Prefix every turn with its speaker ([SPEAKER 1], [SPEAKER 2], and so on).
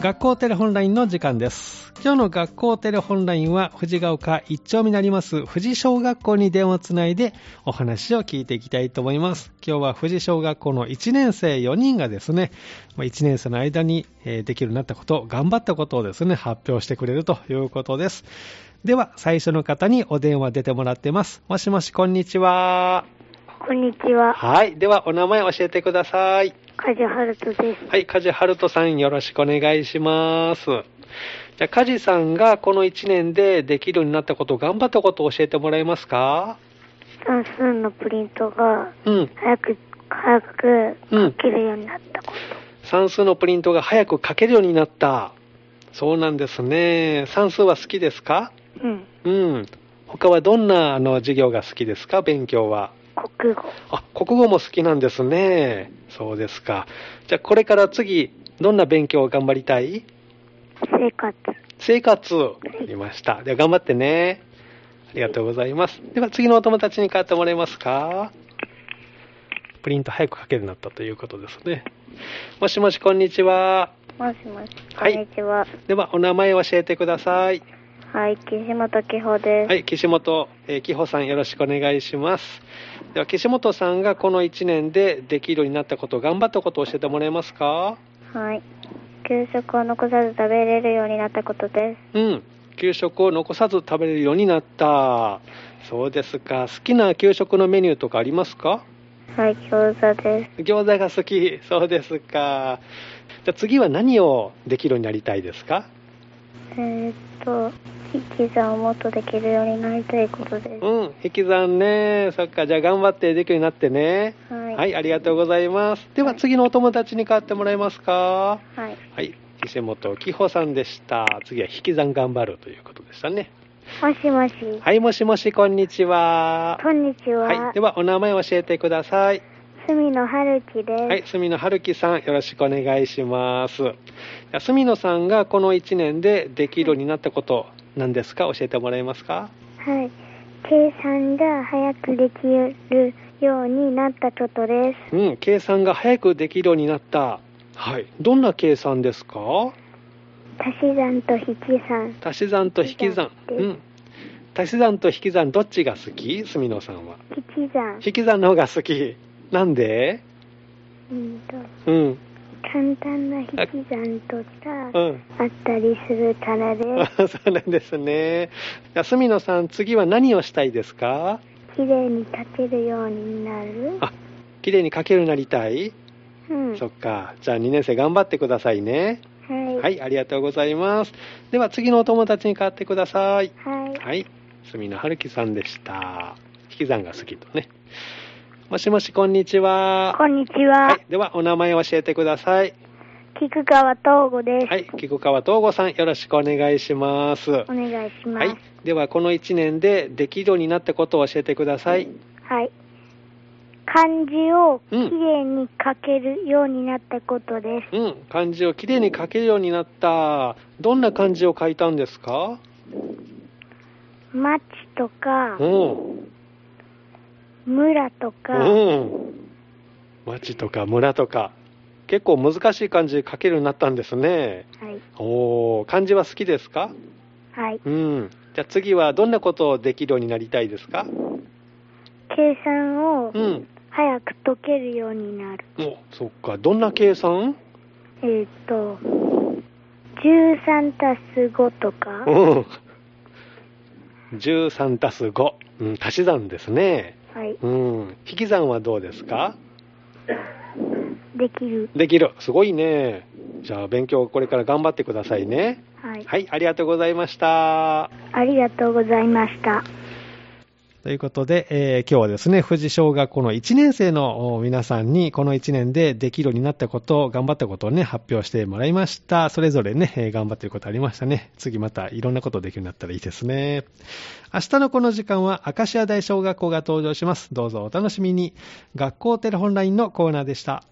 [SPEAKER 1] 学校テレホンラインの時間です。今日の学校テレホンラインは、藤ヶ丘一丁目になります、藤小学校に電話をつないでお話を聞いていきたいと思います。今日は藤小学校の1年生4人がですね、1年生の間にえーできるようになったこと、頑張ったことをですね、発表してくれるということです。では、最初の方にお電話出てもらってます。もしもし、こんにちは。
[SPEAKER 2] こんにちは、
[SPEAKER 1] はい。では、お名前教えてください。
[SPEAKER 2] 梶原人です。
[SPEAKER 1] はい、梶春人さんよろしくお願いします。じゃあ、梶さんがこの1年でできるようになったこと、頑張ったことを教えてもらえますか
[SPEAKER 2] 算数のプリントが
[SPEAKER 1] うん。
[SPEAKER 2] 早く、早く
[SPEAKER 1] うん
[SPEAKER 2] 書けるようになったこ
[SPEAKER 1] 算数のプリントが早く書けるようになった。そうなんですね。算数は好きですか
[SPEAKER 2] と。うん。
[SPEAKER 1] うん。他はどんなあの授業が好きですか勉強は。
[SPEAKER 2] 国語。
[SPEAKER 1] あ、国語も好きなんですね。そうですか。じゃあ、これから次、どんな勉強を頑張りたい
[SPEAKER 2] 生活。
[SPEAKER 1] 生活ありました。では頑張ってね。ありがとうございます。では次のお友達に変わってもらえますかプリント早く書けるようになったということですね。もしもし、こんにちは。
[SPEAKER 2] もしもし、
[SPEAKER 1] はいこんに
[SPEAKER 2] ちは。
[SPEAKER 1] では、お名前を教えてください。
[SPEAKER 2] はい、岸本希穂で
[SPEAKER 1] はい、岸本、えー、紀穂さんよろしくお願いします。では、岸本さんがこの1年でできるようになったこと、頑張ったことを教えてもらえますか
[SPEAKER 2] す。はい。給食を残さず食べれるようになったことで
[SPEAKER 1] うん、給食を残さず食べれるようになった。そうですか。好きな給食のメニューとかありますか
[SPEAKER 2] す。はい、餃子です。
[SPEAKER 1] 餃子が好き。そうですか。じゃあ次は何をできるようになりたいですか
[SPEAKER 2] えー、っと、引き算をもっとできるようになりたいことで
[SPEAKER 1] うん、引き算ね。そっか。じゃあ頑張ってできるようになってね。
[SPEAKER 2] す。はい。
[SPEAKER 1] はい、ありがとうございます。では次のお友達に代わってもらえますか
[SPEAKER 2] はい。
[SPEAKER 1] はい、岸本紀穂さんでした。次は引き算頑張るということでしたね。
[SPEAKER 2] もしもし、
[SPEAKER 1] はい、もしもし、こんにちは。
[SPEAKER 2] こんにちは。
[SPEAKER 1] はい、ではお名前を教えてください。
[SPEAKER 2] 隅野春樹です。
[SPEAKER 1] はい、住野春樹さん、よろしくお願いします。住野さんがこの1年でできるようになったこと、何ですか教えてもらえますか
[SPEAKER 2] はい。計算が早くできるようになったことです。
[SPEAKER 1] うん、計算が早くできるようになった。はい。どんな計算ですか
[SPEAKER 2] 足し算と引き算。
[SPEAKER 1] 足し算と引き算。うん。足し算と引き算、どっちが好き住野さんは。
[SPEAKER 2] 引き算。
[SPEAKER 1] 引き算の方が好き。なんで
[SPEAKER 2] うんと、
[SPEAKER 1] うん。
[SPEAKER 2] 簡単な引き算と
[SPEAKER 1] う
[SPEAKER 2] か、
[SPEAKER 1] ん。
[SPEAKER 2] あったりするからで
[SPEAKER 1] そ
[SPEAKER 2] す。
[SPEAKER 1] うなんですね。じゃあ、住野さん、次は何をしたいですか
[SPEAKER 2] 綺麗に書けるようになる。
[SPEAKER 1] あ、綺麗に書けるようになりたい
[SPEAKER 2] うん。
[SPEAKER 1] そっか。じゃあ2年生頑張ってくださいね。
[SPEAKER 2] はい。
[SPEAKER 1] は。い、ありがとうございます。では次のお友達に代わってください。
[SPEAKER 2] はい。
[SPEAKER 1] はい、住野春樹さんでした。引き算が好きとね。もしもし、こんにちは。
[SPEAKER 2] こんにちは。
[SPEAKER 1] はい、ではお名前を教えてください。
[SPEAKER 2] 菊川東吾です。
[SPEAKER 1] はい、菊川東吾さん、よろしくお願いします。
[SPEAKER 2] お願いしま
[SPEAKER 1] は
[SPEAKER 2] す。
[SPEAKER 1] い、ではこの1年でできるようになったことを教えてください。
[SPEAKER 2] はい。漢字をき
[SPEAKER 1] うん
[SPEAKER 2] れいに書けるようになったことです。
[SPEAKER 1] うん、漢字をきれいに書けるようになった。どんな漢字を書いたんですか
[SPEAKER 2] 町とか
[SPEAKER 1] う、ん。
[SPEAKER 2] 村とか、
[SPEAKER 1] うん。町とか村とか、結構難しい漢字書けるようになったんですね。
[SPEAKER 2] はい。
[SPEAKER 1] おー、漢字は好きですか
[SPEAKER 2] はい。
[SPEAKER 1] うん。じゃあ次はどんなことをできるようになりたいですか
[SPEAKER 2] 計算を
[SPEAKER 1] うん。
[SPEAKER 2] 早く解けるようになる。
[SPEAKER 1] お、そっか。どんな計算
[SPEAKER 2] えーっと、13たす5とか、
[SPEAKER 1] うん。13足す5。うん、足し算ですね。
[SPEAKER 2] はい。
[SPEAKER 1] うん。引き算はどうですか
[SPEAKER 2] できる。
[SPEAKER 1] できる。すごいね。じゃあ勉強これから頑張ってくださいね。
[SPEAKER 2] はい。
[SPEAKER 1] はい、ありがとうございました。
[SPEAKER 2] ありがとうございました。
[SPEAKER 1] ということで、えー今日はですね、富士小学校の1年生のお皆さんに、この1年でできるようになったこと、頑張ったことをね、発表してもらいました。それぞれね、えー頑張ってることありましたね。次またいろんなことできるようになったらいいですね。明日のこの時間は、アカシア大小学校が登場します。どうぞお楽しみに。学校テレホンラインのコーナーでした。